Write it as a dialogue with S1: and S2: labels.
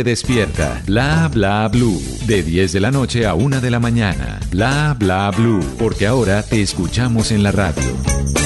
S1: despierta. Bla bla blue. De 10 de la noche a 1 de la mañana. Bla bla blue. Porque ahora te escuchamos en la radio.